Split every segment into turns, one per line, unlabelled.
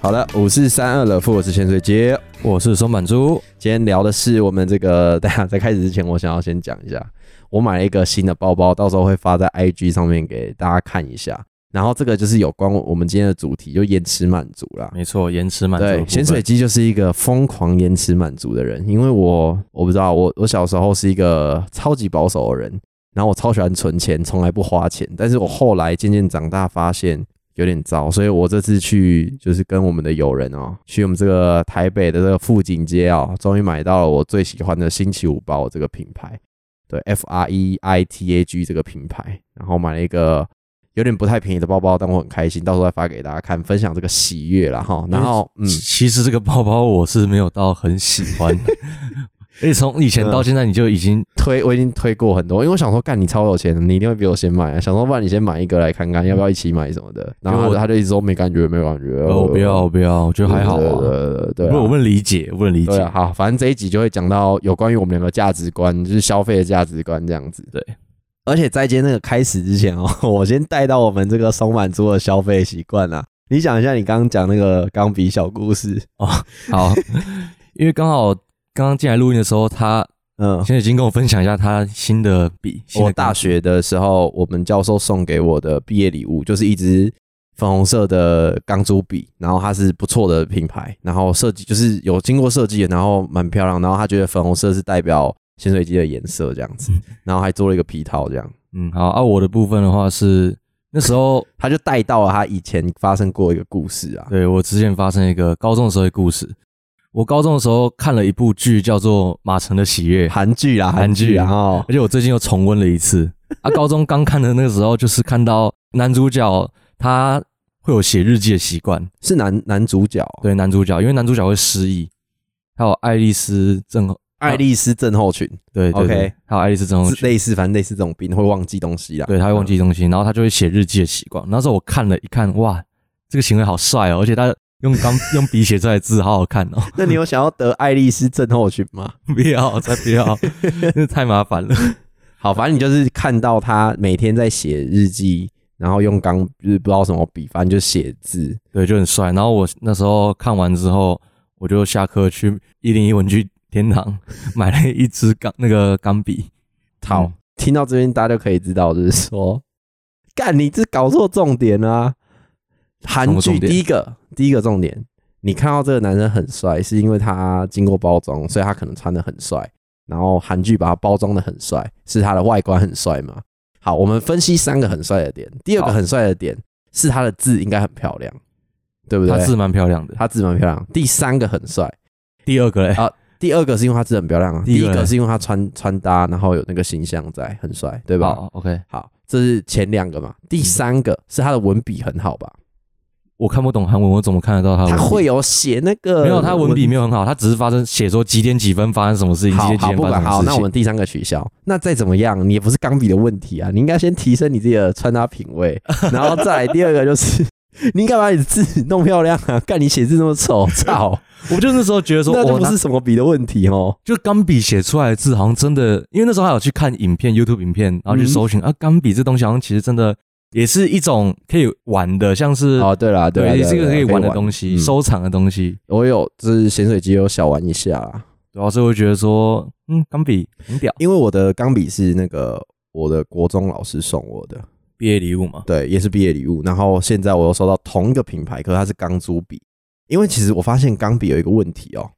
好的，五四三二了，我是潜水杰。
我是松板猪，
今天聊的是我们这个，大家在开始之前，我想要先讲一下，我买了一个新的包包，到时候会发在 IG 上面给大家看一下。然后这个就是有关我们今天的主题，就延迟满足啦。
没错，延迟满足的部
对，
分。
潜水机就是一个疯狂延迟满足的人，因为我我不知道，我我小时候是一个超级保守的人，然后我超喜欢存钱，从来不花钱，但是我后来渐渐长大发现有点糟，所以我这次去就是跟我们的友人哦，去我们这个台北的这个富锦街哦，终于买到了我最喜欢的星期五包这个品牌，对，F R E I T A G 这个品牌，然后买了一个。有点不太便宜的包包，但我很开心，到时候再发给大家看，分享这个喜悦啦哈。然后，嗯，
其实这个包包我是没有到很喜 欢的，而且从以前
嗯
到现在你就已经
推我已经推过很多，因为我想说，干你超有钱的，你一定会比我先买、啊。想说，不然你先买一个来看看，要不要一起买什么的。然后
我
他就一直说没感觉，没感觉。
呃，我不要，我不要，我觉得还好
哦对
啊。
对对对
不
对
是
啊，
我不能理解，我不能理
对
解
啊，。好，反正这一集就会讲到有关于我们两个价值观，就是消费的价值观这样子。
对，
而且在接那个开始之前哦， 我先带到我们这个松满猪的消费习惯啦。你讲一下你刚刚讲那个钢笔小故事，
好， 因为刚好刚刚进来录音的时候，他
嗯，
现在已经跟我分享一下他新的笔，新
我
的
哦大学的时候，我们教授送给我的毕业礼物就是一支粉红色的钢珠笔，然后它是不错的品牌，然后设计就是有经过设计，然后蛮漂亮，然后他觉得粉红色是代表潜水机的颜色这样子，然后还做了一个皮套这样，
嗯，好啊。我的部分的话是那 时候，
他就带到了他以前发生过一个故事啊，
对我之前发生一个高中的时候的故事。我高中的时候看了一部剧，叫做《马城的喜悦》，
韩剧啊哦啦，
韩剧
然后
而且我最近又重温了一次。啊，高中刚看的那个时候，就是看到男主角他会有写日记的习惯，
是男男主角
对男主角，因为男主角会失忆，还有爱丽丝症候，
爱丽丝症候群，
对对
OK
对还有爱丽丝症候
是
群，
类似反正类似这种病会忘记东西啦，
对，他会忘记东西，然后他就会写日记的习惯。那时候我看了一看，哇，这个行为好帅哦，而且他用钢 用笔写出来的字好好看哦，
那你有想要得爱丽丝症候群吗？
不要再 不要，那太麻烦了。
好，反正你就是看到他每天在写日记，然后用钢就是不知道什么笔，反正就写字。
对，就很帅。然后我那时候看完之后，我就下课去一零一文具天堂买了一支钢那个钢笔。
好，
嗯
听到这边大家就可以知道，就是说， 干你这搞错重点啦、啊！
什
韩
么
剧
重点
第一个第一个重点，你看到这个男生很帅，是因为他经过包装，所以他可能穿的很帅。然后韩剧把他包装的很帅，是他的外观很帅嘛？好，我们分析三个很帅的点。第二个
好
很帅的点是他的字应该很漂亮，对不对？
它字蛮漂亮的。
他字蛮漂亮。第三个很帅，
第二个嘞，
啊第二个是因为他字很漂亮啊，第
第一
一
个
个是因为他穿穿搭，然后有那个形象在，很帅，对吧？
好，OK，
好，这是前两个嘛。第三个是他的文笔很好吧？
我看不懂韩文，我怎么看得到他的
他
文笔？
会有写那个
嗯没有，他文笔没有很好，他只是发生写说几点几分发生什么事情，几
好
点几
好
分
不
发
管
生什么
好，
事情。
那我们第三个取消。那再怎么样，你也不是钢笔的问题啊，你应该先提升你自己的穿搭品 味，然后再来第二个就是。你应该把你的字弄漂亮啊！干你写字那么丑，操！
我就那时候觉得说，
那就
我
不是什么笔的问题哦。
就钢笔写出来的字，好像真的，因为那时候还有去看影片，YouTube 影片，
嗯
然后去搜寻、啊，钢笔这东西好像其实真的也是一种可以玩的，像是
哦，对啦，啦，
对，这
对
个
啦
可以玩的
玩
东西，
嗯
收藏的东西。
我有就是潜水机有小玩一下啦，
主要是会觉得说，嗯，钢笔很屌，
因为我的钢笔是那个我的国中老师送我的，
毕业礼物嘛。
对，也是毕业礼物。然后现在我又收到同一个品牌，可是它是钢珠笔，因为其实我发现钢笔有一个问题哦、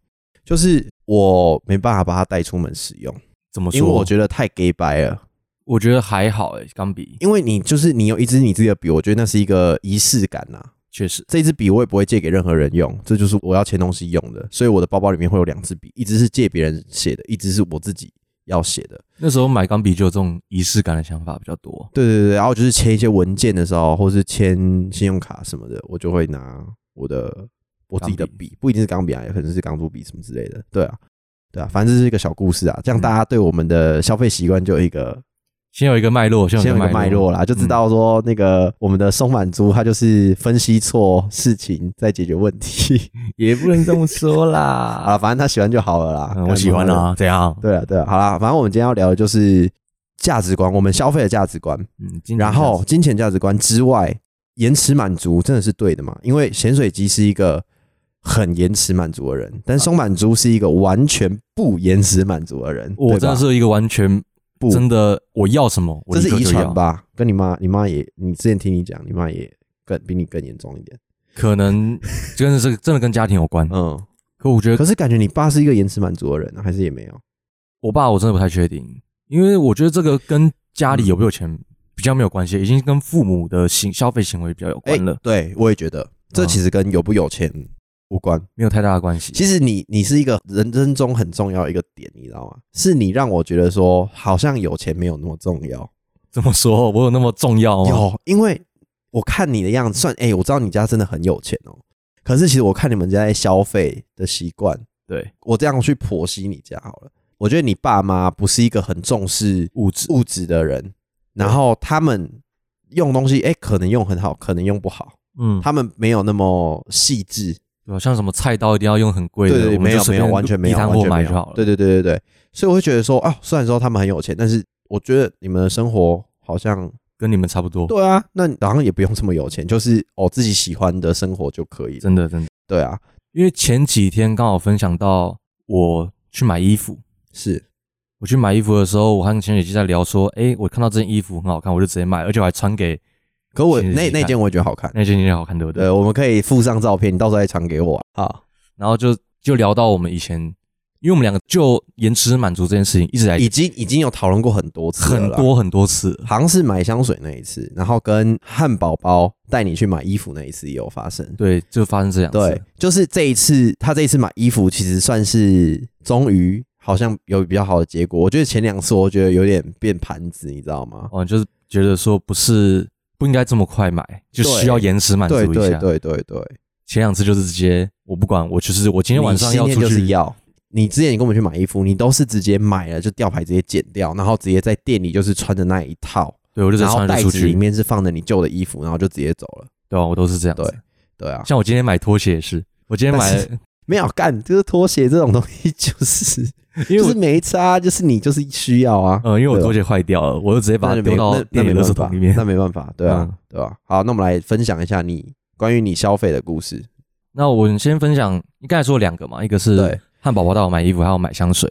就是我没办法把它带出门使用，
怎么说？
因为我觉得太 gay 白了。
我觉得还好诶、钢笔
因为你就是你有一支你自己的笔，我觉得那是一个仪式感呐、
确实
这支笔我也不会借给任何人用，这就是我要签东西用的，所以我的包包里面会有两支笔，一支是借别人写的，一支是我自己要写的。
那时候买钢笔就有这种仪式感的想法比较多。
对对对，然后就是签一些文件的时候，或是签信用卡什么的，我就会拿我的我自己的
钢
笔，不一定是钢笔啊，也可能是钢珠笔什么之类的。对啊，对啊，反正这是一个小故事啊，这样
嗯
大家对我们的消费习惯就有一个
先有一个脉络，嗯先
先
有
有一个脉络啦，就知道说那个我们的松满猪他就是分析错事情在解决问 题
也不能这么 说
啊，
啦。
反正他喜欢就好了啦，
嗯，
干
我喜欢
嘛呢。
啊，怎样？
对啊，对啊，好啦，反正我们今天要聊的就是价值观，我们消费的价值观。
嗯，今天
然后金钱价值观之外，延迟满足真的是对的嘛？因为潜水机是一个很延迟满足的人，但松满猪是一个完全不延迟满足的人。
我
对
真
吧
的是一个完全
不
真的，我要什么，我
这
立
是
刻
遗
就
传
要？
吧？跟你妈，你妈也，你之前听你讲，你妈也更比你更严重一点。
可能真的是真的跟家庭有关。
嗯，
可我觉得
可是感觉你爸是一个延迟满足的人啊，还是也没有？
我爸我真的不太确定，因为我觉得这个跟家里有
嗯
没有钱比较没有关系，已经跟父母的行消费行为比较有关了，
哎对我也觉得，这
嗯
其实跟有不有钱无关。
没有太大的关系。
其实你你是一个人生中很重要的一个点，你知道吗？是你让我觉得说，好像有钱没有那么重要。
这么说，我有那么重要吗？
有，因为我看你的样子，算哎、我知道你家真的很有钱哦。可是其实我看你们家在消费的习惯，
对，
我这样去剖析你家好了。我觉得你爸妈不是一个很重视
物质
物质的人，然后他们用东西，哎、可能用很好，可能用不好，
嗯，
他们没有那么细致。
对吧？啊像什么菜刀一定要用很贵的，
对对，
我们
没
就
有
随
没
便
有，完全没有，
地摊
完
货
全没
买
有
就好了。
对对对对对，所以我会觉得说，啊，虽然说他们很有钱，但是我觉得你们的生活好像
跟你们差不多，
对啊，那你好像也不用这么有钱，就是哦自己喜欢的生活就可以了。
真的真的。
对啊，
因为前几天刚好分享到我去买衣服，
是
我去买衣服的时候，我和前姐就在聊说，诶，我看到这件衣服很好看，我就直接买，而且我还穿给
可我
是
那
你看
那件我也觉得好看，
那件，你也好看，对不对？
对，我们可以附上照片，你到时候再传给我啊。好
然后就就聊到我们以前，因为我们两个就延迟满足这件事情一直来
已经已经有讨论过很多次了
哎很
啦，
多很多次了，
好像是买香水那一次，然后跟汉堡包带你去买衣服那一次也有发生。
对，就发生这样子。
对，就是这一次，他这一次买衣服其实算是终于好像有比较好的结果。我觉得前两次我觉得有点变盘子，你知道吗？
哦，就是觉得说不是不应该这么快买，就需要延哦迟满足
对
一下。
对对对对，
前两次就是直接我不管，我就是我今天晚上
你
要
今天
出
就是
去，
要。你之前你跟我们去买衣服，你都是直接买了就吊牌直接剪掉，然后直接在店里就是穿着那一套，
对我就直
然
接
后
穿着
袋
出
子里
去，
面是放着你旧的衣服，然后就直接走了。
对啊，我都是这样子。
对对啊，
像我今天买拖鞋也是，我今天买
但是，没有干，就是拖鞋这种东西， 就是
因为
就
我
是没差，啊就是你就是需要啊。
呃，因为我
对吧
拖鞋坏掉了，我就直接把
那
它
就没
丢到
那那
店里
没
垃圾
办法
桶里，面
那。没办法，对啊，
嗯
对吧、好，那我们来分享一下你关于你消费的故事。
那我先分享，你刚才说两个嘛，一
对
个是汉堡包带我买衣服，还有买香水。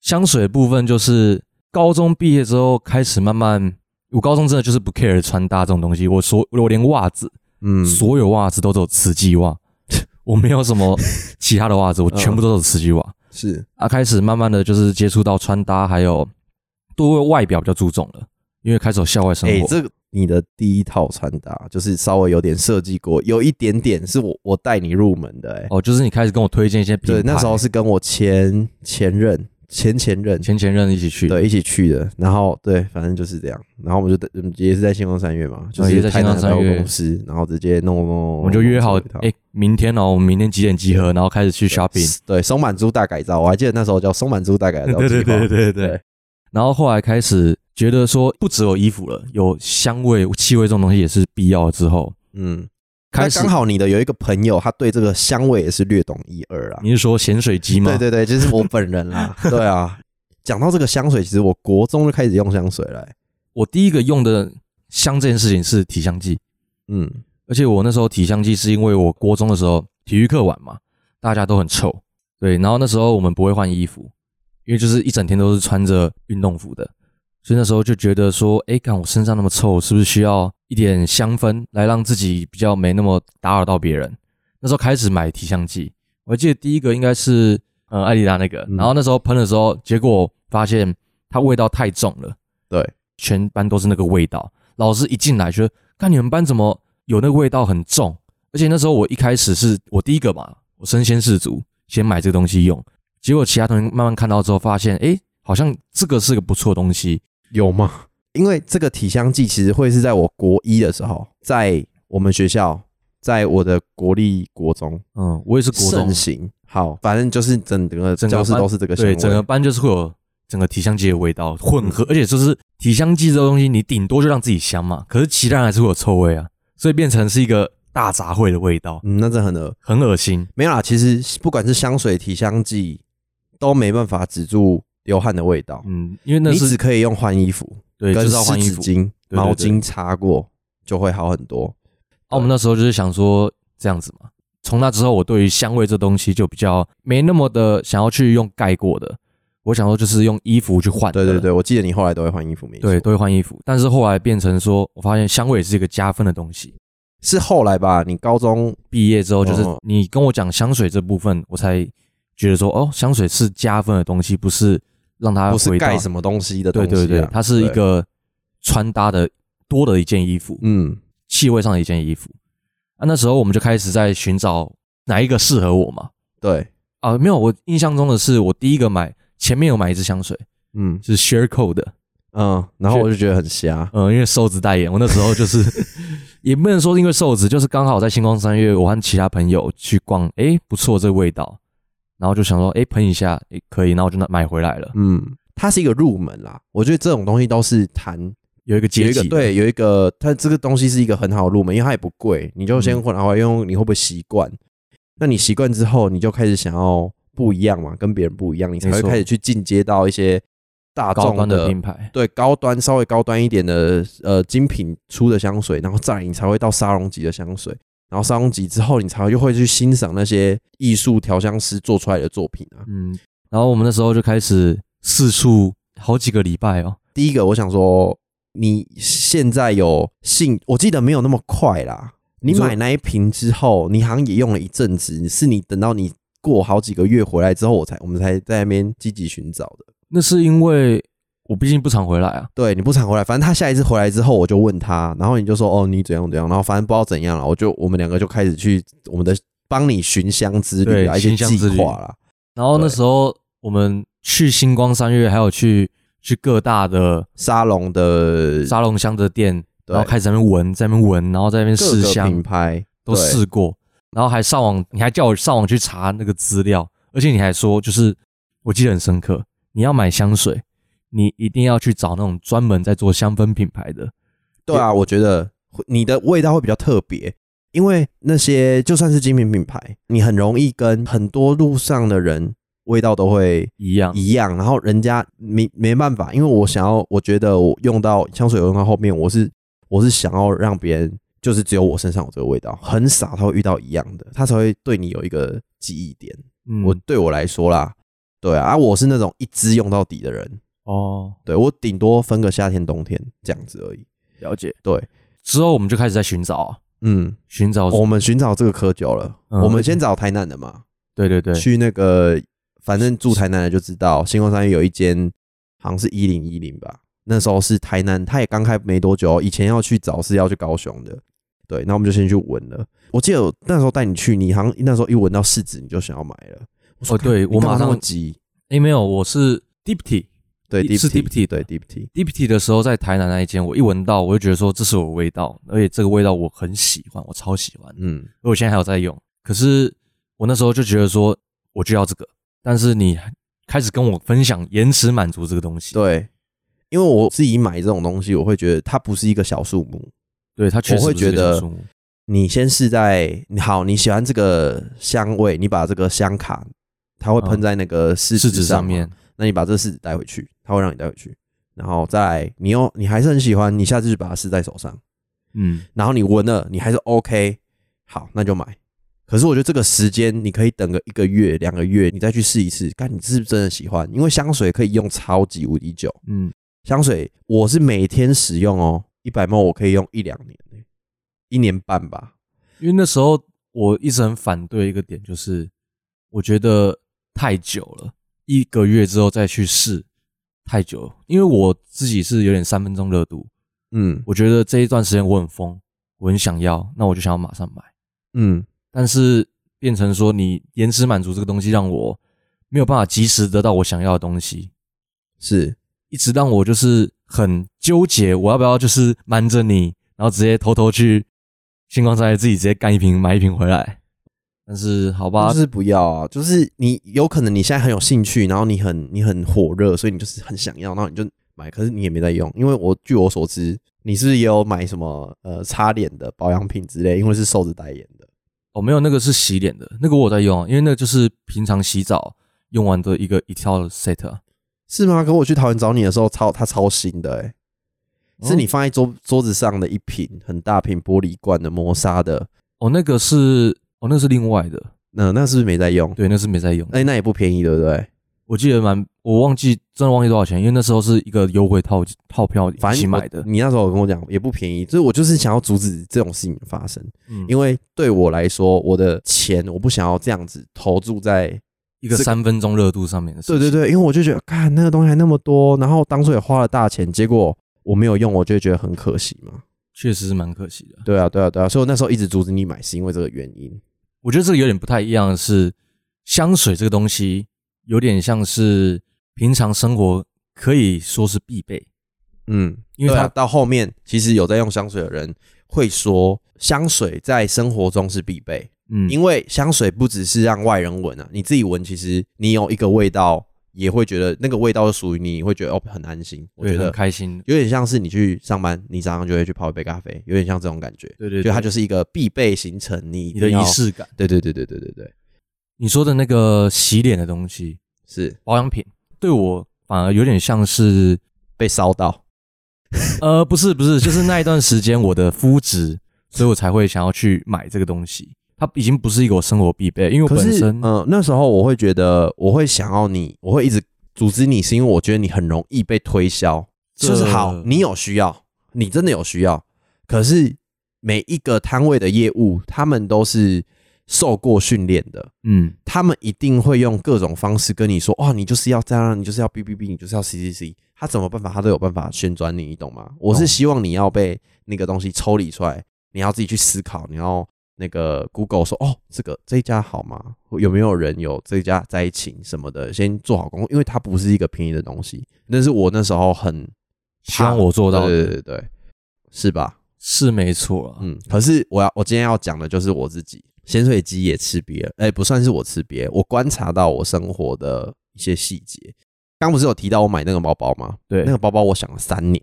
香水的部分就是高中毕业之后开始慢慢，我高中真的就是不 care 穿搭这种东西，我所我连袜子，
嗯，
所有袜子都只有慈济袜， 我没有什么其他的袜子，我全部都是慈济袜。
是
啊，开始慢慢的就是接触到穿搭，还有对外表比较注重了，因为开始有校外生
哎、
活。
这个你的第一套穿搭就是稍微有点设计过，有一点点是我我带你入门的、哎、
哦，就是你开始跟我推荐一些品牌，
对，那时候是跟我前前任前前任
前前任一起去，
对一起去的，然后对，反正就是这样，然后我们就嗯也是在星光三月嘛，就
嗯
是
也在
台南
星光三
百货
月
公司，然后直接弄弄弄，弄
我们就约好
弄出一套，
哎、明天哦，我们明天几点集合，然后开始去 shopping。
对，松满猪大改造，我还记得那时候叫松满猪大改造计划，
对
对。
然后后来开始觉得说，不只有衣服了，有香味、气味这种东西也是必要的。之后
嗯，
开
那
始
刚，好你的有一个朋友，他对这个香味也是略懂一二啦。
你是说咸水鸡吗？
对对对，就是我本人 啦。对啊，讲到这个香水，其实我国中就开始用香水了欸、
我第一个用的香这件事情是体香剂，
嗯，
而且我那时候体香剂是因为我国中的时候体育课晚嘛，大家都很臭，对，然后那时候我们不会换衣服，因为就是一整天都是穿着运动服的，所以那时候就觉得说，哎，看我身上那么臭，是不是需要一点香氛来让自己比较没那么打扰到别人？那时候开始买体香剂，我还记得第一个应该是呃艾丽达那个，
嗯
然后那时候喷的时候，结果发现它味道太重了。
对，
全班都是那个味道。老师一进来就说：“看你们班怎么有那个味道很重。”而且那时候我一开始是我第一个嘛，我身先士卒，先买这个东西用。结果其他同学慢慢看到之后，发现诶，好像这个是个不错的东西。
有吗？因为这个体香剂其实会是在我国一的时候，在我们学校，在我的国立国中
嗯，我也是国中
盛，行。好，反正就是整个
整个
教室
班
都是这个香
对，
味。
整个班就是会有整个体香剂的味道混合，而且就是体香剂这个东西，你顶多就让自己香嘛，可是其他人还是会有臭味啊，所以变成是一个大杂烩的味道，
嗯，那真的很恶
很恶心。
没有啦，其实不管是香水、体香剂，都没办法止住流汗的味道。
嗯，因为那
你
是
只可以用换衣服，
对，就
跟
是要
湿
换衣
纸
服。
巾、
对
毛
对
巾擦过就会好很多。
啊，我们那时候就是想说这样子嘛，从那之后，我对于香味这东西就比较没那么的想要去用盖过的，我想说就是用衣服去换的。
对对对，我记得你后来都会换衣服，没错
对，都会换衣服。但是后来变成说，我发现香味也是一个加分的东西。
是后来吧？你高中
毕业之后，就是
哦
你跟我讲香水这部分，我才觉得说，哦，香水是加分的东西，不是让它
不是
回到
盖什么东西的东
对
西、啊，
对对，它是一
对
个穿搭的多的一件衣服，
嗯，
气味上的一件衣服。啊，那时候我们就开始在寻找哪一个适合我嘛。
对，
啊，没有，我印象中的是我第一个买，前面有买一支香水
嗯
是 Sherco 的，
嗯，然后我就觉得很瞎，
嗯，因为瘦子代言，我那时候就是 也不能说是因为瘦子，就是刚好在星光三月，我和其他朋友去逛，诶，不错这个味道，然后就想说，诶，喷一下，诶，可以，然后我就拿买回来了，
嗯，它是一个入门啦。我觉得这种东西都是谈
有一个
有
阶
一个
级，，
对，有一个它这个东西是一个很好的入门，因为它也不贵，你就
嗯
先混然后用，你会不会习惯？那你习惯之后，你就开始想要不一样嘛，跟别人不一样，你才
没
会
错
开始去进阶到一些大
高
众
端的品牌，
对高端稍微高端一点的呃精品出的香水，然后再来你才会到沙龙级的香水，然后沙龙级之后你才又会去欣赏那些艺术调香师做出来的作品啊。
嗯，然后我们那时候就开始四处好几个礼拜哦，
第一个我想说，你现在有信，我记得没有那么快啦。你
你说
买那一瓶之后，你好像也用了一阵子，是你等到你过好几个月回来之后，我才我们才在那边积极寻找的。
那是因为我毕竟不常回来啊，
对你不常回来，反正他下一次回来之后，我就问他，然后你就说哦你怎样怎样，然后反正不知道怎样了，我就我们两个就开始去我们的帮你寻香之旅啊，
对
一些
寻香
计
之旅
划啦，
然后那
对
时候我们去星光三月，还有去去各大的
沙龙的
沙龙香的店，
对
然后开始在那边闻，在那边闻，然后在那边
各
试
个
香
品，牌
都
对
试过，然后还上网，你还叫我上网去查那个资料，而且你还说，就是我记得很深刻，你要买香水，你一定要去找那种专门在做香氛品牌的，
对啊，我觉得会你的味道会比较特别，因为那些就算是精品品牌，你很容易跟很多路上的人味道都会
一样，
一样，然后人家没没办法，因为我想要，我觉得我用到香水，我用到后面，我是我是想要让别人就是只有我身上有这个味道，很少他会遇到一样的，他才会对你有一个记忆点。
嗯，
我对我来说啦，对啊，啊我是那种一支用到底的人，
哦，
对我顶多分个夏天冬天这样子而已。
了解。
对，
之后我们就开始在寻找啊，
嗯，
寻找，
我们寻找这个窠臼了，
哦嗯
我们先找台南的嘛，
对对对，
去那个反正住台南的就知道，星光三月有一间好像是一零一零吧，那时候是台南，它也刚开没多久，哦以前要去找是要去高雄的，对，那我们就先去闻了。我记得我那时候带你去，你好像那时候一闻到柿子你就想要买了，我说
哦对
干
我
你干嘛
马上
那么急，
诶，没有，我是 Dipty
对
是
Dipty
Dipty
对 Dipty，
Dipty 的时候，在台南那一间，我一闻到我就觉得说这是我的味道，而且这个味道我很喜欢，我超喜欢，
嗯，
我现在还有在用。可是我那时候就觉得说我就要这个，但是你开始跟我分享延迟满足这个东西，
对。因为我自己买这种东西，我会觉得它不是一个小数目，
对，它确实
我会
不是一
觉
个
得
小数目
你先试在你好，你喜欢这个香味，你把这个香卡，它会喷在那个试
市
纸
值上面
嘛，，那你把这个试纸带回去，它会让你带回去，然后再来，你又你还是很喜欢，你下次就把它试在手上，
嗯，
然后你闻了，你还是 OK，好，那就买。可是我觉得这个时间你可以等个一个月、两个月，你再去试一次，看你是不是真的喜欢。因为香水可以用超级无敌久，
嗯，
香水我是每天使用哦，一百梦我可以用一两年、一年半吧。
因为那时候我一直很反对一个点，就是我觉得太久了，一个月之后再去试太久了，因为我自己是有点三分钟热度，
嗯
我觉得这一段时间我很疯，我很想要，那我就想要马上买，
嗯，
但是变成说你延迟满足这个东西，让我没有办法及时得到我想要的东西，
是，
一直让我就是很纠结，我要不要就是瞒着你，然后直接偷偷去星光三月自己直接干一瓶买一瓶回来。但是好吧
就，是不要啊，就是你有可能你现在很有兴趣，然后你很你很火热，所以你就是很想要，然后你就买，可是你也没在用，因为我据我所知，你是不是也有买什么呃擦脸的保养品之类，因为是瘦子代言的，
哦没有那个是洗脸的，那个我有在用，啊因为那个就是平常洗澡用完的一个一套 set 啊。
是吗？可我去桃园找你的时候，超它超新的、欸，是你放在桌桌子上的一瓶很大瓶玻璃罐的磨砂的，
哦哦，那个是哦，那是另外的，
那那是不是没在用？
对，那是没在用的。
哎、那也不便宜，对不对？
我记得蛮，我忘记真的忘记多少钱，因为那时候是一个优惠套套票一
反
起
正我嗯
买的。
你那时候有跟我讲也不便宜，就是我就是想要阻止这种事情发生，
嗯，
因为对我来说，我的钱我不想要这样子投注在，
一个
这个
三分钟热度上面的事
对
情。
对对，因为我就觉得，看那个东西还那么多，然后当初也花了大钱，结果我没有用，我就会觉得很可惜嘛。
确实是蛮可惜的。
对啊，对啊，对啊，所以我那时候一直阻止你买，是因为这个原因。
我觉得这个有点不太一样的是，香水这个东西有点像是平常生活可以说是必备，
嗯，
因为
对啊
它
到后面，其实有在用香水的人会说，香水在生活中是必备，
嗯，
因为香水不只是让外人闻啊，你自己闻，其实你有一个味道，也会觉得那个味道是属于你，你会觉得哦很安心。我觉
对很
得
开心。
有点像是你去上班，你早上就会去泡一杯咖啡，有点像这种感觉。
对对
就它
对
就是一个必备行程，你
你的仪。式感。
对对对对对对对，
你说的那个洗脸的东西，
是
保养品，对我反而有点像是，
被烧到。
呃，不是不是，就是那一段时间我的肤质，所以我才会想要去买这个东西。它已经不是一个我生活必备，因为我
可
本
是，
身
嗯、那时候我会觉得，我会想要你，我会一直阻止你，是因为我觉得你很容易被推销。
这
就是好，你有需要，你真的有需要，可是每一个摊位的业务，他们都是受过训练的，
嗯，
他们一定会用各种方式跟你说，哦，你就是要这样，你就是要 B B B，你就是要 C C C，他怎么办法，他都有办法旋转你，你懂吗？我是希望你要被那个东西抽离出来，你要自己去思考，你要那个 Google 说，哦，这个这一家好吗？有没有人有这一家灾情什么的，先做好功课，因为它不是一个便宜的东西。那是我那时候很
希望我做到
对
的
对对对，是吧？
是没错啊。
嗯，可是我要我今天要讲的就是我自己，咸水鸡也吃瘪，哎、不算是我吃瘪，我观察到我生活的一些细节。刚不是有提到我买那个包包吗？
对嗯
那个包包我想了三年，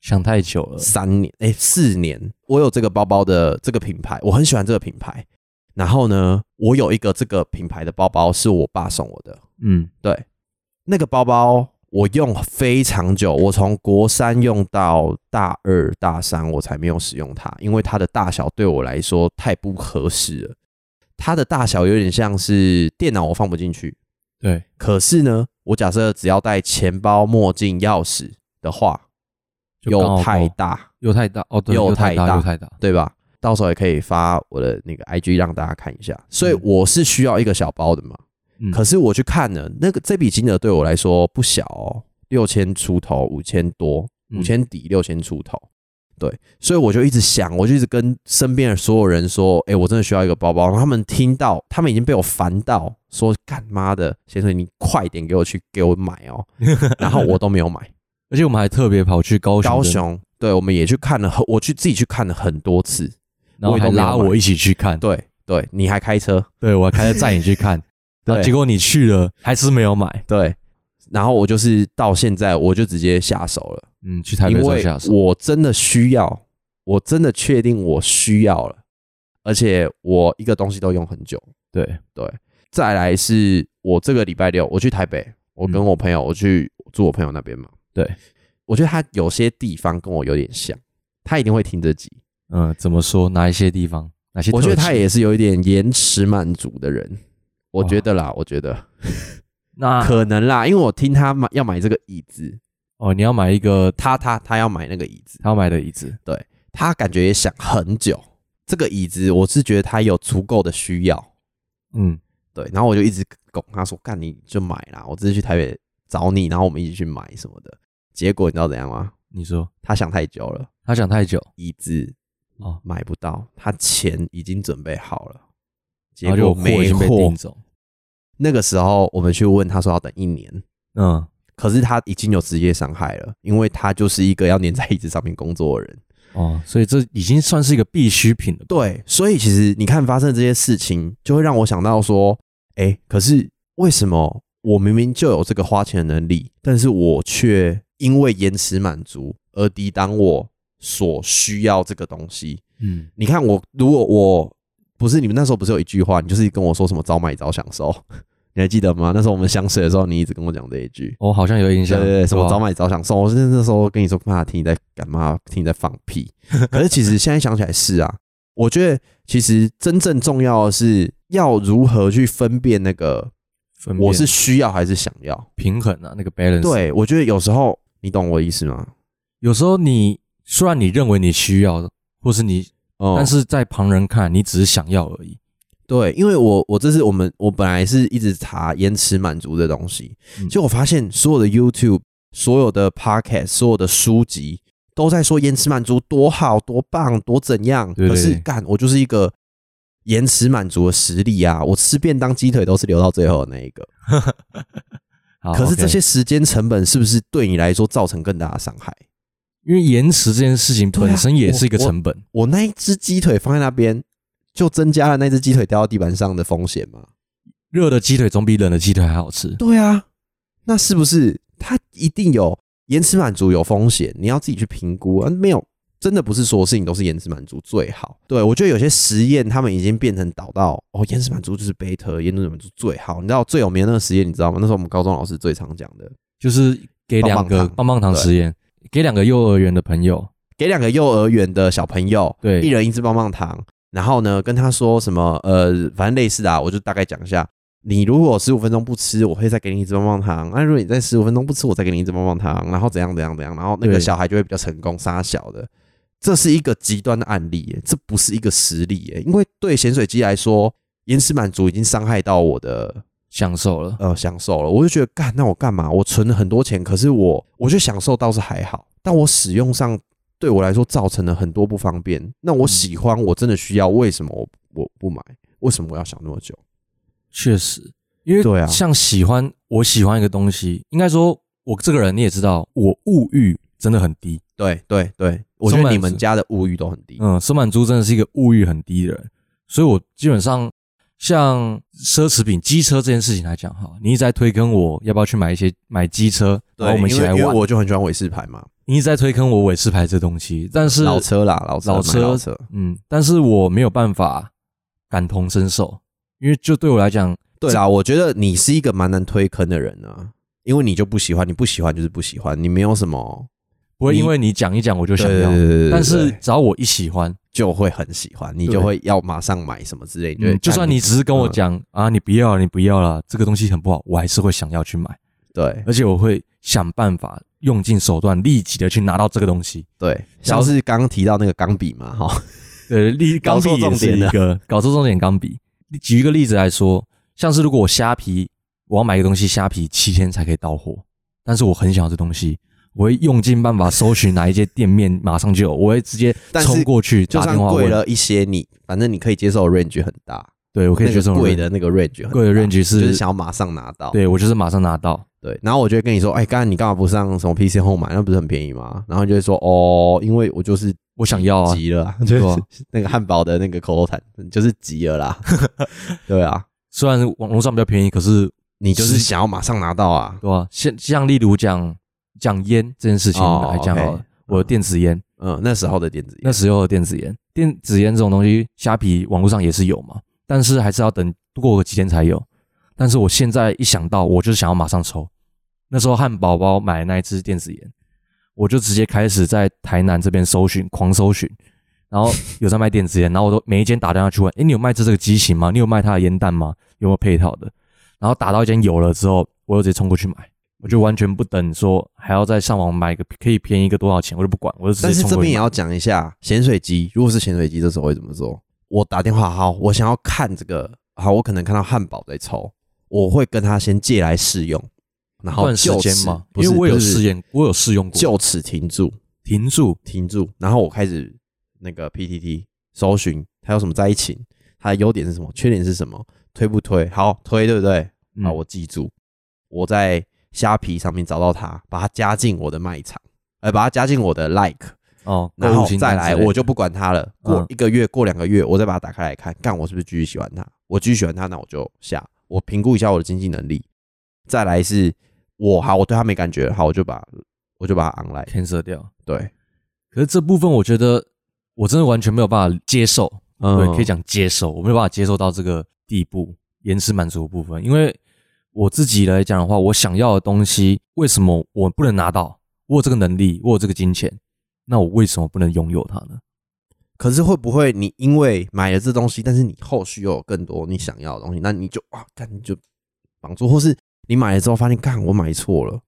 想太久了，
三年，哎、四年，我有这个包包的这个品牌，我很喜欢这个品牌。然后呢，我有一个这个品牌的包包是我爸送我的，
嗯，
对，那个包包我用非常久，我从国三用到大二、大三，我才没有使用它，因为它的大小对我来说太不合适了。它的大小有点像是电脑，我放不进去。
对，
可是呢，我假设只要带钱包、墨镜、钥匙的话，
就刚好
又太
够
大，
又太大哦，对，
又
又太
太大
又太大，
对吧？到时候也可以发我的那个 IG 让大家看一下。所以
嗯
我是需要一个小包的嘛。
嗯
可是我去看了，那个这笔金额对我来说不小哦，六千出头，五千多，
嗯
五千底，六千出头。对，所以我就一直想，我就一直跟身边的所有人说，哎、我真的需要一个包包。然后他们听到，他们已经被我烦到，说干妈的，先生你快点给我去给我买 哦。然后我都没有买。
而且我们还特别跑去 高雄的，
高雄，对，我们也去看了很，我去自己去看了很多次。
然后
我也
还
都没有
拉
买
我一起去看，
对，对，你还开车，
对我还开车载你去看，然后
对
结果你去了还是没有买，
对。然后我就是到现在，我就直接下手了。
嗯，去台北
因
才
为
下手，
我真的需要，我真的确定我需要了，而且我一个东西都用很久。
对，
再来是我这个礼拜六我去台北，我跟
嗯
我朋友、我去住我朋友那边嘛。
对，
我觉得他有些地方跟我有点像，他一定会听这集。
嗯，怎么说？哪一些地方？哪些特
我
质？
觉得他也是有一点延迟满足的人，我觉得啦，我觉得
那
可能啦，因为我听他买要买这个椅子，
哦，你要买一个
他他他要买那个椅子。
他要买的椅子，
他感觉也想很久。这个椅子，我是觉得他有足够的需要，
嗯，
对。然后我就一直拱他说：“干，你就买啦，我只是去台北找你，然后我们一起去买什么的。”结果你知道怎样吗？
你说
他想太久了，
他想太久
椅子
哦，
买不到，他钱已经准备好了，结
然后
果
就货已
没
经被
货
订。走，
那个时候我们去问他说要等一年，
嗯，
可是他已经有职业伤害了，因为他就是一个要粘在椅子上面工作的人。
哦，所以这已经算是一个必需品了吧，
对，所以其实你看发生这些事情，就会让我想到说，哎、可是为什么我明明就有这个花钱的能力，但是我却因为延迟满足而抵挡我所需要这个东西？
嗯，
你看我，如果我不是你们那时候不是有一句话，你就是跟我说什么早买早享受， 你还记得吗？那时候我们相识的时候，你一直跟我讲这一句。
我哦好像有印
对
象，
对对，什么
是吧
早买早享受？我是 那时候跟你说，妈，听你在干嘛？听你在放屁。可是其实现在想起来是啊，我觉得其实真正重要的是要如何去分辨那个
分辨
我是需要还是想要。
平衡啊，那个 balance。，
对，我觉得有时候你懂我的意思吗？
有时候你虽然你认为你需要，或是你，
哦
但是在旁人看你只是想要而已。
对，因为我我这是我们我本来是一直查延迟满足的东西，
嗯
结果我发现所有的 YouTube、所有的 Podcast、所有的书籍都在说延迟满足多好、多棒、多怎样。
对对
可是
对
干，我就是一个延迟满足的实力啊！我吃便当鸡腿都是留到最后的那一个。
好
可是
哦 OK
这些时间成本是不是对你来说造成更大的伤害？
因为延迟这件事情
对啊
本身也是一个
我
成本，
我那一只鸡腿放在那边，就增加了那只鸡腿掉到地板上的风险吗？
热的鸡腿总比冷的鸡腿还好吃。
对啊，那是不是它一定有延迟满足有风险？你要自己去评估啊。没有，真的不是所有事情都是延迟满足最好。对我觉得有些实验他们已经变成导到哦，延迟满足就是 beta，延迟满足最好。你知道最有名的那个实验你知道吗？那是我们高中老师最常讲的，
就是给两
棒
个
棒糖
棒棒糖实验，给两个幼儿园的朋友，
给两个幼儿园的小朋友，
对
一人一支棒棒糖，然后呢跟他说什么呃，反正类似的、啊，我就大概讲一下。你如果十五分钟不吃，我会再给你一支棒棒糖。那、啊如果你在十五分钟不吃，我再给你一支棒棒糖。然后怎样怎样怎样，然后那个
对
小孩就会比较成功，杀小的。这是一个极端的案例耶，这不是一个实例耶。因为对咸水鸡来说，延迟满足已经伤害到我的
享受了。
呃享受了，我就觉得干，那我干嘛？我存了很多钱，可是我我觉得享受倒是还好，但我使用上对我来说造成了很多不方便。那
嗯
我喜欢，我真的需要，为什么我我不买？为什么我要想那么久？
确实，因为
对啊
像喜欢我喜欢一个东西，应该说我这个人你也知道，我物欲真的很低。
对对对，我觉
充
得
满
你们
是
家的物欲都很低。
嗯，松满猪真的是一个物欲很低的人，所以我基本上像奢侈品、机车这件事情来讲哈，你一直在推坑我要不要去买一些买机车，
对，
然后我们一
因
起
为
来
因为
玩。
我就很喜欢韦氏牌嘛，
你一直在推坑我尾饰牌这东西，但是
老车啦，老车，
老
买老车，
嗯，但是我没有办法感同身受，因为就对我来讲，
对啦，我觉得你是一个蛮难推坑的人啊，因为你就不喜欢，你不喜欢就是不喜欢，你没有什么
不会
你
因为你讲一讲我就
对
想
对
要，
对对对
但是
对
只要我一喜欢，
就会很喜欢，你就
对
会要马上买什么之类，
嗯
对，
就算你只是跟我
嗯
讲、啊，你不要，你不要了，这个东西很不好，我还是会想要去买，
对
而且我会想办法用尽手段，立即的去拿到这个东西。
对，
然
像
后
是刚刚提到那个钢笔嘛， 哈，
对，例
搞
钢笔
错
也
重
是
点
一
了
个搞错重点钢笔。举一个例子来说，像是如果我虾皮，我要买一个东西，虾皮七天才可以到货，但是我很想要这东西，我会用尽办法搜寻哪一间店面，马上就有，我会直接
但是
冲过去
就
打
算
电话
贵
问。
了一些你，反正你可以接受的 range 很大，
对，我可以
那
接
个
受
贵的那个 range 很大
贵的 range 是
就是想要马上拿到，
对我就是马上拿到。
对。然后我就会跟你说，哎，刚才你干嘛不上什么 PC 后买？那不是很便宜吗？然后你就会说，哦，因为我就是
我想要啊，
急了 啊，
对
就
吧
是那个汉堡的那个口头禅，就是急了啦， 对啊，
虽然网络上比较便宜，可是
你就是
是
想要马上拿到啊，
对吧、像像例如讲讲烟这件事情
哦
来讲好了
OK
我的电子烟，
嗯，那时候的电子烟
那时候的电子烟，电子烟这种东西，虾皮网络上也是有嘛，但是还是要等过个几天才有。但是我现在一想到，我就是想要马上抽。那时候汉堡包买的那一支电子烟，我就直接开始在台南这边搜寻，狂搜寻，然后有在卖电子烟，然后我都每一间打电话去问，诶、你有卖这这个机型吗？你有卖它的烟弹吗？有没有配套的？然后打到一间有了之后，我就直接冲过去买，我就完全不等说还要再上网买个可以便宜个多少钱，我就不管，我就直接
但是
冲
这
过
边
去
也
买。
要讲一下咸水鸡，如果是咸水鸡，这时候会怎么做？我打电话，好，我想要看这个，好，我可能看到汉堡在抽，我会跟他先借来试用，然后
段时
就
间
此
嘛，
不
因为
是
我有试，
不
验，我有试用过，
是就此停住，
停住，
停住，然后我开始那个 PTT 搜寻它有什么在一起，它的优点是什么，缺点是什么，推不推？好，推对不对？
嗯
啊，我记住，我在虾皮上面找到它，把它加进我的卖场，呃，把它加进我的 Like。
哦，
然后
购物清
再
单之
来，
类的
我就不管它了。过
嗯
一个月，过两个月，我再把它打开来看，看我是不是继续喜欢它。我继续喜欢它，那我就下。我评估一下我的经济能力。再来是我好，我对它没感觉了，好，我就把我就把它 online。
cancel 掉。
对，
可是这部分我觉得我真的完全没有办法接受，
嗯
对，可以讲接受，我没有办法接受到这个地步，延迟满足的部分，因为我自己来讲的话，我想要的东西，为什么我不能拿到？我有这个能力，我有这个金钱，那我为什么不能拥有它呢？
可是会不会你因为买了这东西，但是你后续又有更多你想要的东西，那你就啊，干你就绑住，或是你买了之后发现，干我买错了，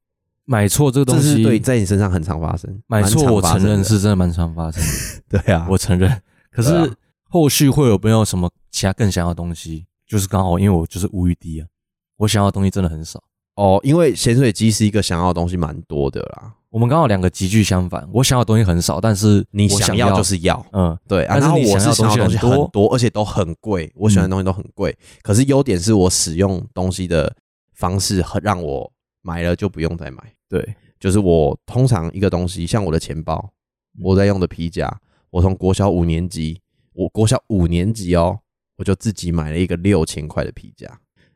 买错这个
这
东
是
西，
对在你身上很常发生。
买错
蛮
我
常发
承
生的
认是真的蛮常发生的，
对啊，
我承认。可
对啊
是后续会有没有什么其他更想要的东西？就是刚好因为我就是无余低啊，我想要的东西真的很少。
哦，因为咸水鸡是一个想要的东西蛮多的啦，
我们刚好两个极具相反，我想要的东西很少，但是
你
我
想
要
要就是要，
嗯，
对啊，
但是
然后
你
我
想要
是
的
想要的
东
东西
西很多
很多，而且都很贵，我喜欢的
嗯
东西都很贵。可是优点是我使用东西的方式很让我买了就不用再买，
对，
就是我通常一个东西，像我的钱包，
嗯
我在用的皮夹，我从国小五年级，我国小五年级哦，我就自己买了一个六千块的皮夹，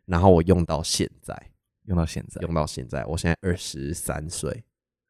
然后我用到现在，
用到现在
用到现在，我现在二十三岁，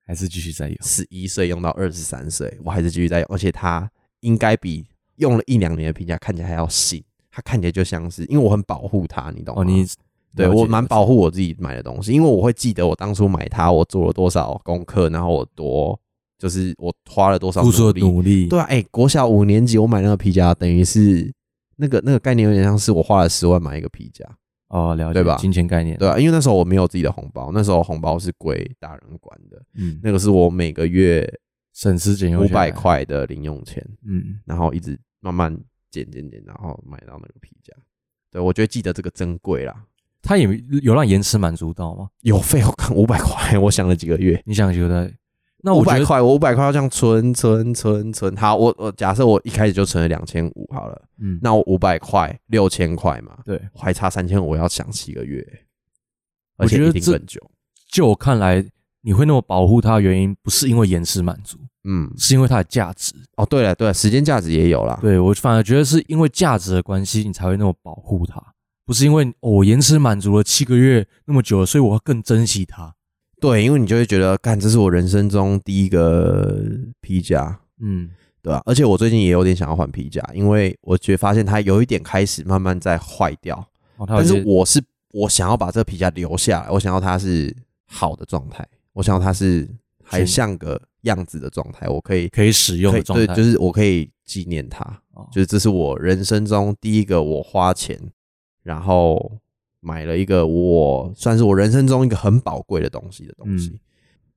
还是继续在用。
十一岁用到二十三岁，我还是继续在用，而且它应该比用了一两年的皮夹看起来还要新，它看起来就像是，因为我很保护它，你懂吗？
哦，你
对啊
了解
我蛮保护我自己买的东西，因为我会记得我当初买它，我做了多少功课，然后我多就是我花了多少
付出
努
的
力。
努力，
对啊，哎、国小五年级我买那个皮夹，等于是那个那个概念有点像是我花了十万买一个皮夹，
哦，了解，
对吧
金钱概念，
对啊，因为那时候我没有自己的红包，那时候红包是归大人管的，
嗯，
那个是我每个月
省吃俭用
五
下
百，
来
块的零用钱，
嗯，
然后一直慢慢减减减，然后买到那个皮夹。对我觉得记得这个珍贵啦，
他也有让延迟满足到吗？
有费我看五百块， 我想了几个月。
你想觉得？那
五
我觉
百
得
块，我五百块要这样存存存存。好，我我假设我一开始就存了两千五好了，
嗯，
那我五百块六千块嘛，
对，
我还差三千五，我要想七个月，
我
而且
觉得
一定
这
更久。
就我看来，你会那么保护它的原因，不是因为延迟满足，
嗯，
是因为它的价值。
哦，对了对了，时间价值也有啦。
对我反而觉得是因为价值的关系，你才会那么保护它，不是因为哦我延迟满足了七个月那么久了，所以我要更珍惜它。
对，因为你就会觉得，干，这是我人生中第一个皮夹，
嗯，
对吧、而且我最近也有点想要换皮夹，因为我觉得发现它有一点开始慢慢在坏掉，
哦，它有
但
一
是
些
我是我想要把这个皮夹留下来，我想要它是好的状态，我想要它是还
全
像个样子的状态，我可以
可以使用
可
的
以
状态，
对，就是我可以纪念它，
哦
就是这是我人生中第一个我花钱，然后买了一个我算是我人生中一个很宝贵的东西的东西，
嗯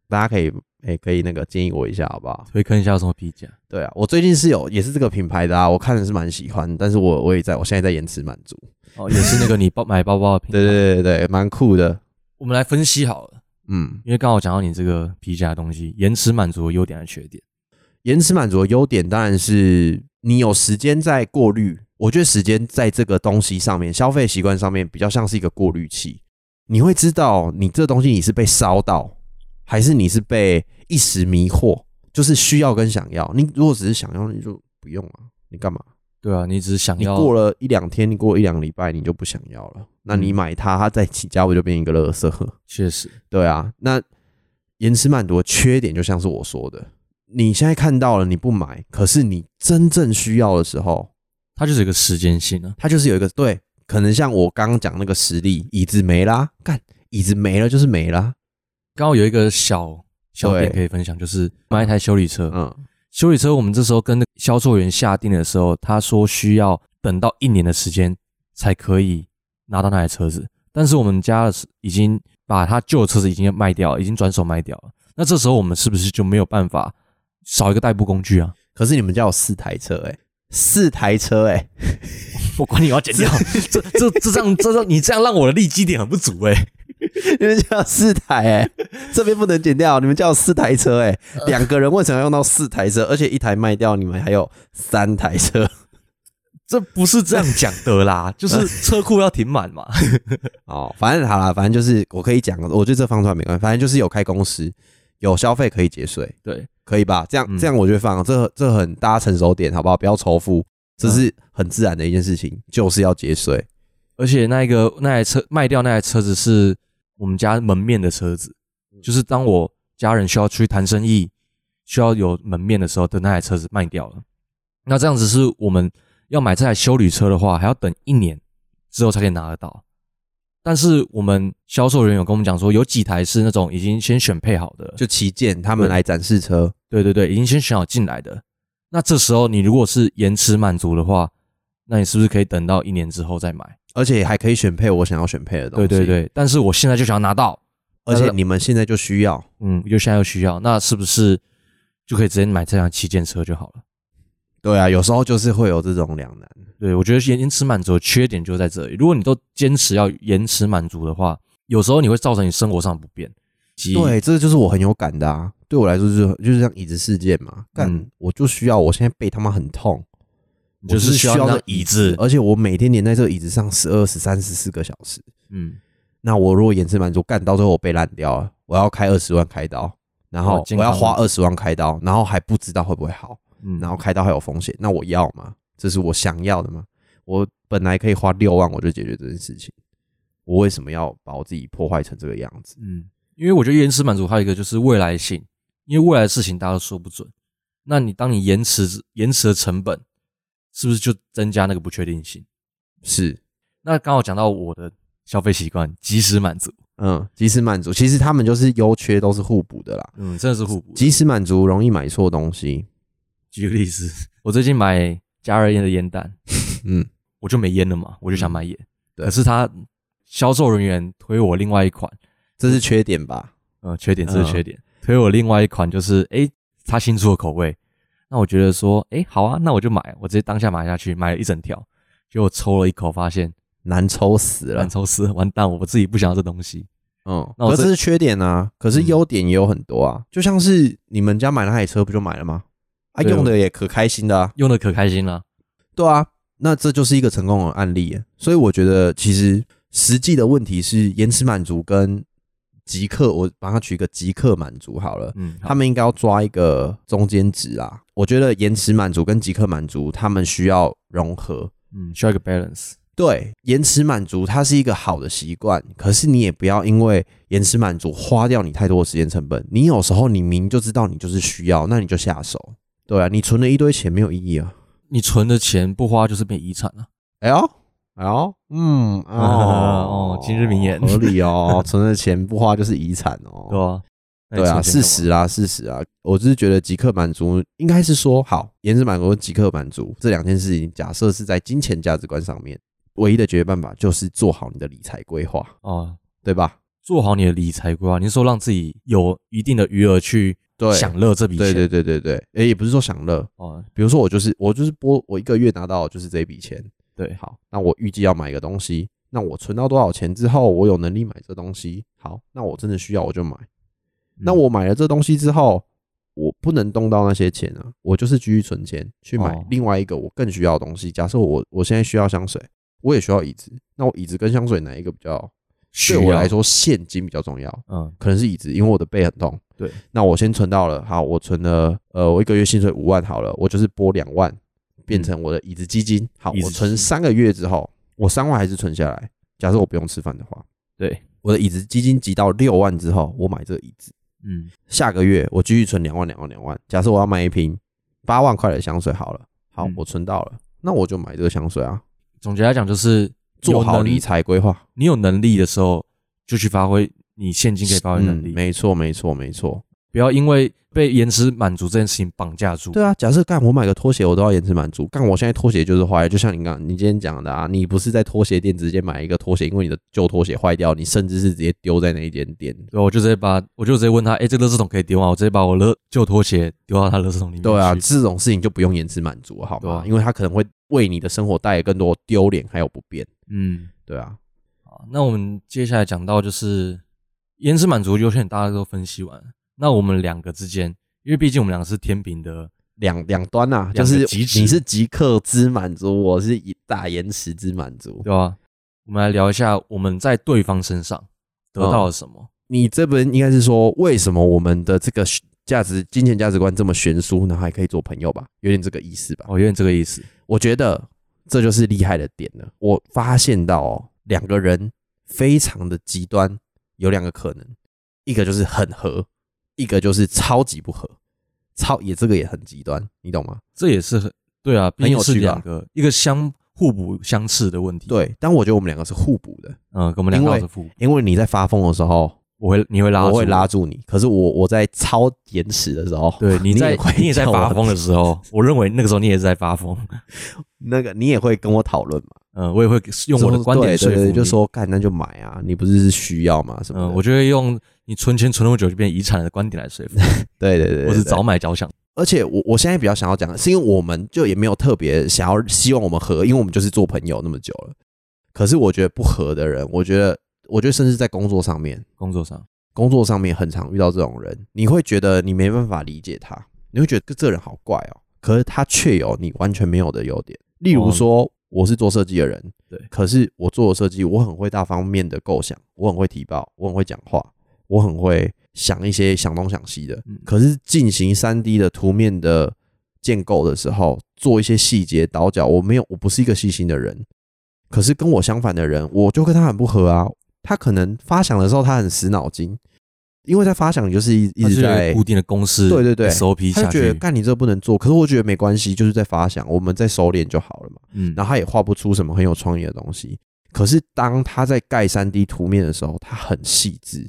大家可以哎、可以那个建议我一下好不好？
推坑一下有什么皮夹。
对啊，我最近是有也是这个品牌的啊，我看的是蛮喜欢，但是我我也在我现在在延迟满足，
哦，也是那个你包买包包的品牌。
对对对对对，蛮酷的，
我们来分析好了，
嗯，
因为刚好讲到你这个皮夹的东西，延迟满足的优点和缺点。
延迟满足的优点当然是你有时间在过滤，我觉得时间在这个东西上面，消费习惯上面比较像是一个过滤器，你会知道你这东西你是被烧到，还是你是被一时迷惑，就是需要跟想要。你如果只是想要，你就不用啊，你干嘛？
对啊，你只是想
你
要
过了一两天，你过了一两个礼拜，你就不想要了。那你
嗯
买它，它再起价，我就变一个垃圾。
确实，
对啊，那延迟满足的缺点就像是我说的，你现在看到了你不买，可是你真正需要的时候，
它就是一个时间性啊。
它就是有一个对，可能像我刚刚讲那个实例，椅子没啦，干椅子没了就是没啦，
刚好有一个小小
对
点可以分享，就是买一台修理车。
嗯，
修理车我们这时候跟销售员下定的时候，他说需要等到一年的时间才可以拿到那台车子，但是我们家的是已经把他旧的车子已经卖掉了，已经转手卖掉了。那这时候我们是不是就没有办法少一个代步工具啊？
可是你们家有四台车哎、四台车哎、
我管你，我要剪掉。这这这这样这让你这样让我的利基点很不足哎、
你们家有四台哎、 这边不能减掉，你们家有四台车哎、
呃
两个人为什么要用到四台车？而且一台卖掉，你们还有三台车。
这不是这样讲的啦，就是车库要停满嘛。
哦，反正好啦，反正就是我可以讲，我觉得这放出来没关系，反正就是有开公司，有消费可以节税，
对，
可以吧？这样
嗯
这样我觉得放，这这很大家成熟点，好不好？不要仇
嗯
富，这是很自然的一件事情，就是要节税。
而且那一个那台车卖掉那台车子是我们家门面的车子，
嗯
就是当我家人需要出去谈生意，需要有门面的时候，等那台车子卖掉了。那这样子是我们要买这台修理车的话，还要等一年之后才可以拿得到。但是我们销售人员有跟我们讲说，有几台是那种已经先选配好的，
就旗舰他们来展示车，
对对对，已经先选好进来的。那这时候你如果是延迟满足的话，那你是不是可以等到一年之后再买？
而且还可以选配我想要选配的东
对
西。
对，对，但是我现在就想要拿到，
而且你们现在就需要，
嗯，就现在又需要，那是不是就可以直接买这辆旗舰车就好了？
对啊，有时候就是会有这种两难。
对，我觉得延延迟满足的缺点就在这里。如果你都坚持要延迟满足的话，有时候你会造成你生活上不便。及，
对，这就是我很有感的啊。对我来说就是就是像椅子事件嘛，干、
嗯
我就需要，我现在背他妈很痛，
你就
我
是需要那张椅子。
而且我每天黏在这个椅子上十二、十三、十四个小时。
嗯，
那我如果延迟满足，干到最后我被烂掉了，我要开二十万开刀，然
哦
后
健
我
康
要花
问
二十万开刀，然后还不知道会不会好，
嗯
然后开刀还有风险，那我要吗？这是我想要的吗？我本来可以花六万我就解决这件事情，我为什么要把我自己破坏成这个样子？
嗯，因为我觉得延迟满足还有一个就是未来性，因为未来的事情大家都说不准。那你当你延迟延迟的成本，是不是就增加那个不确定性？
是，
那刚好讲到我的消费习惯，及时满足，
嗯，及时满足，其实他们就是优缺都是互补的啦。
嗯，真的是互补。
及时满足容易买错东西，
举个例子， 我最近买加热烟的烟弹，
嗯，
我就没烟了嘛，我就想买烟。
对
可是他销售人员推我另外一款，
这是缺点吧？
呃，缺点这
嗯
是缺点，推我另外一款就是，诶，他新出的口味，那我觉得说，诶，好啊，那我就买，我直接当下买下去，买了一整条，结果抽了一口，发现
难抽死了
烂。抽丝，完蛋，我自己不想要这东西。
嗯，
那我
可是
这
这是缺点啊，可是
嗯
优点也有很多啊。就像是你们家买那台车，不就买了吗？啊，
对
用的也可开心的啊。
用的可开心了、
对啊，那这就是一个成功的案例耶。所以我觉得，其实实际的问题是延迟满足跟即刻，我帮他取一个即刻满足好了。
嗯，
他们应该要抓一个中间值啊。我觉得延迟满足跟即刻满足，他们需要融合。
嗯需要一个 balance，
对，延迟满足它是一个好的习惯，可是你也不要因为延迟满足花掉你太多的时间成本。你有时候你明就知道你就是需要，那你就下手。对啊，你存了一堆钱没有意义啊。
你存的钱不花就是变遗产了、
哎呦，哎呦，嗯， 哦
哦今日名言
合理 哦，存的钱不花就是遗产
对
哦。
吧、那你
对啊，
存钱
事实
哎干嘛，
啊，事实啊，我只是觉得即刻满足应该是说好，延迟满足跟即刻满足这两件事情，假设是在金钱价值观上面，唯一的解决办法就是做好你的理财规划。
哦，
对吧？
做好你的理财规划，你是说让自己有一定的余额去
对
享乐这笔
对
钱，
对对对对，诶、也不是说享乐，
哦，
比如说我就是我就是拨我一个月拿到就是这笔钱，
对，
好，那我预计要买一个东西，那我存到多少钱之后，我有能力买这东西，好，那我真的需要我就买。
嗯
那我买了这东西之后，我不能动到那些钱啊，我就是继续存钱去买
哦
另外一个我更需要的东西。假设我我现在需要香水，我也需要椅子，那我椅子跟香水哪一个比较
需
对
要
我来，说现金比较重要？
嗯，
可能是椅子，因为我的背很痛。
对，
那我先存到了，好，我存了，呃，我一个月薪水五万好了，我就是拨两万变成我的椅子基金。好
嗯椅，子
我
基
存
金
三个月之后，我三万还是存下来。假设我不用吃饭的话，
对，
我的椅子基金集到六万之后，我买这个椅子。
嗯，
下个月我继续存两万、两万、两万。假设我要买一瓶八万块的香水好了，好，
嗯
我存到了，那我就买这个香水啊。
总结来讲就是
做好理
你，
财规划，
你有能力的时候就去发挥你现金可以发挥的能
嗯，
力，
没错，没错，没错。
不要因为被延迟满足这件事情绑架住。
对啊，假设干我买个拖鞋，我都要延迟满足。干我现在拖鞋就是坏了，就像你刚你今天讲的啊，你不是在拖鞋店直接买一个拖鞋，因为你的旧拖鞋坏掉，你甚至是直接丢在那一间店。
对，我就直接把，我就直接问他，哎、这个垃圾桶可以丢吗？我直接把我垃旧拖鞋丢到他垃圾桶里面去。
对啊，这种事情就不用延迟满足了好
嗯对
吗
啊？
因为它可能会为你的生活带来更多丢脸还有不便。
嗯，
对啊，
好，那我们接下来讲到就是延迟满足优缺点，大家都分析完。那我们两个之间，因为毕竟我们两个是天平的，
两两端呐、啊，就
两个
是
极致
你是即刻之满足，我是以大延迟之满足。
对吧、我们来聊一下我们在对方身上得到了什么。
你这本应该是说，为什么我们的这个价值、金钱价值观这么悬殊，然后还可以做朋友吧？有点这个意思吧？
哦，有点这个意思。
我觉得这就是厉害的点了。我发现到哦，两个人非常的极端，有两个可能，一个就是很合，一个就是超级不合，超也这个也很极端，你懂吗？
这也是很对啊，毕
很有
竟是
趣吧
两个一个相互补相斥的问题。，
对，但我觉得我们两个是互补的，
嗯，跟我们两
因
个
为
是互补。
因为你在发疯的时候，
我会你会拉，
我会拉。住你。可是我我在超延迟的时候，
对，你在
也会
你也在
叫我
发疯的时候，我认为那个时候你也是在发疯。
那个，你也会跟我讨论嘛？
嗯，我也会用我的观点
对
说
对
服
对，
你。
就说干那就买啊，你不是需要嘛什么
嗯，
的？
我就会用你存钱存那么久就变遗产的观点来说服你，
对对对 对，
我是
对
早买早享。
而且我我现在比较想要讲，的是因为我们就也没有特别想要希望我们合，因为我们就是做朋友那么久了。可是我觉得不合的人，我觉得我觉得甚至在工作上面，
工作上，
工作上面很常遇到这种人，你会觉得你没办法理解他，你会觉得这人好怪哦、可是他却有你完全没有的优点，例如说我是做设计的人，
哦对
可是我做的设计，我很会大方面的构想，我很会提报，我很会讲话，我很会想一些想东想西的。
嗯
可是进行三 D 的图面的建构的时候，做一些细节倒角，我没有，我不是一个细心的人。可是跟我相反的人，我就跟他很不合啊。他可能发想的时候，他很死脑筋，因为在发想，你就是一一
它
直
是有
在
固定的公式，
对对对
，SOP
他就
下
觉得
去，
干你这不能做，可是我觉得没关系，就是在发想，我们再收敛就好了嘛。
嗯，
然后他也画不出什么很有创意的东西。可是当他在盖三 D 图面的时候，他很细致，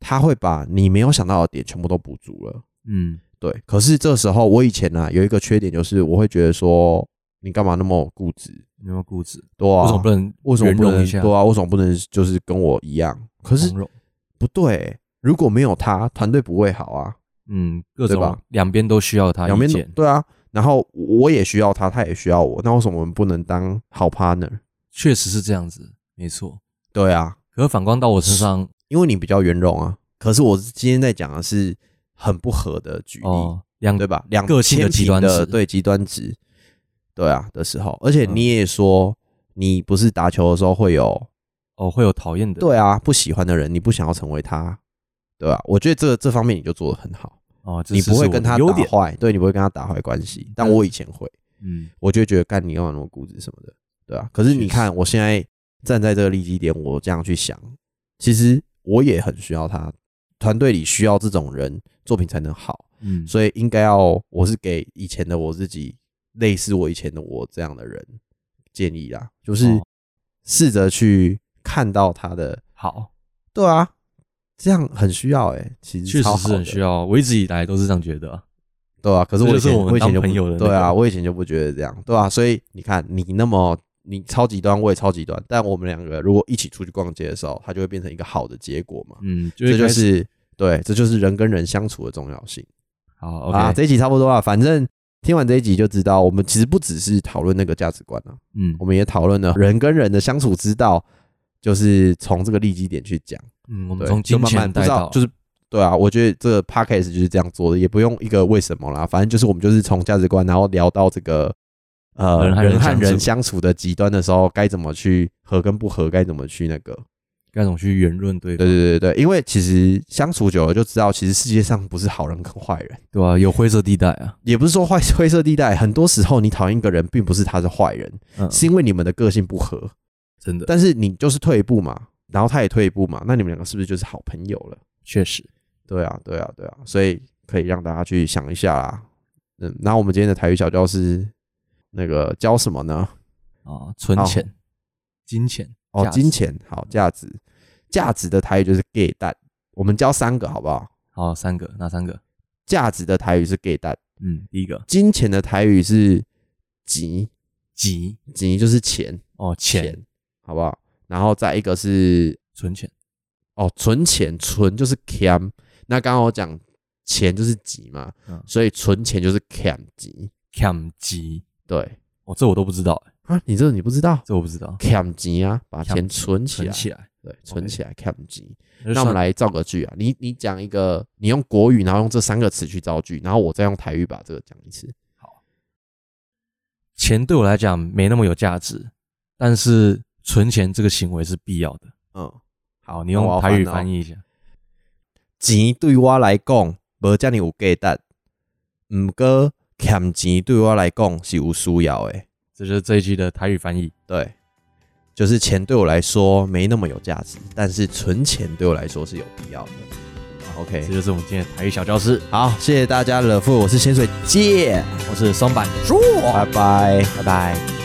他会把你没有想到的点全部都补足了。
嗯，
对，可是这时候我以前啊有一个缺点，就是我会觉得说你干嘛那么固执？
有没有固执？
对啊，
为什么不能
为什么
圆
不
融
能
一下？哦
对啊，为什么不能就是跟我一样？可是
包容
不对欸、如果没有他，团队不会好啊。
嗯，各
对吧
种两边都需要他
两
意
边都
见，
对啊，然后我也需要他，他也需要我，那为什么我们不能当好 partner？
确实是这样子，没错。
对啊，
可是反观到我身上，
因为你比较圆融啊。可是我今天在讲的是很不合的举例，
哦，两
对吧？两
个性的
天平
极端值
对极端值，对啊的时候，而且
嗯
你也说、你不是打球的时候会有
哦会有讨厌的，
对啊不喜欢的人，你不想要成为他，对啊，我觉得这这方面你就做的很好，
哦，这
你
是
不
是
会
我
跟
的
他
优
打
点，
坏，对你不会跟他打坏关系，但
嗯
我以前会。
嗯，
我就会觉得干你干嘛那么固执什么的，对啊。可是你看，我现在站在这个利基点，我这样去想，其实我也很需要他，团队里需要这种人，作品才能好。
嗯，
所以应该要，我是给以前的我自己，类似我以前的我这样的人建议啦，就是
哦
试着去看到他的，
好，
对啊，这样很需要哎、其实
确
超好
实是
的
很需，要。我一直以来都是这样觉得啊，
对啊。可是我以
这就
前
是我们
以前
当
就不
朋友的那
对啊，
个
我以前就不觉得这样，对啊。所以你看，你那么你超级端，我也超级端，但我们两个如果一起出去逛街的时候，它就会变成一个好的结果嘛。
嗯，就
这
会
就
开始
是对，这就是人跟人相处的重要性。
好
啊，
，OK，
这一集差不多了，反正听完这一集就知道，我们其实不只是讨论那个价值观啊，
嗯
我们也讨论了人跟人的相处之道，就是从这个利基点去讲。
嗯，我们
对，
从
就
金
慢慢
钱
不
带
知道
到，
就是对啊，我觉得这个 podcast 就是这样做的，也不用一个为什么啦，反正就是我们就是从价值观，然后聊到这个呃
人和人
和人
相处
相处的极端的时候，该怎么去合跟不合，该怎么去那个，
该怎么去圆润对
对
方，
对对对，因为其实相处久了就知道，其实世界上不是好人跟坏人，
对吧？有灰色地带啊，
也不是说坏灰色地带，很多时候你讨厌一个人，并不是他是坏人，
嗯，
是因为你们的个性不合，
真的，
但是你就是退一步嘛，然后他也退一步嘛，那你们两个是不是就是好朋友了？
确实，
对啊，对啊，对啊，所以可以让大家去想一下啦。嗯，然后我们今天的台语小教室那个教什么呢？
啊，存
好
钱、金钱
哦，
价值
金钱，好，价值，价值的台语就是 gay 蛋，我们教三个好不好？
好，三个，哪三个？
价值的台语是 gay 蛋，
嗯，第一个
金钱的台语是吉
急
吉就是钱
哦，钱
好不好？然后再一个是
存钱，
哦，存钱，存就是 cam，那刚刚我讲钱就是吉嘛，
嗯
所以存钱就是 cam 吉，
砍急
对
哦，这我都不知道、欸，
啊，你这你不知道？
这我不知道，
砍钱啊，把钱存起
存
来，
起来。
对，存起来砍钱。
那
那我们来造个句啊，你你讲一个，你用国语，然后用这三个词去造句，然后我再用台语把这个讲一次。
钱对我来讲没那么有价值，但是存钱这个行为是必要的。
嗯，
好，你
那我
用
要
台语
翻哦
翻译一下。
钱对我来讲无遮尔有价值，毋过欠钱对我来讲是有需要的。
这就是这一期的台语翻译。
对，就是钱对我来说没那么有价值，但是存钱对我来说是有必要的。
这
OK，
就是我们今天的台语小教室。
好，谢谢大家的付，我是潜水界，
我是松板，
拜拜，拜拜。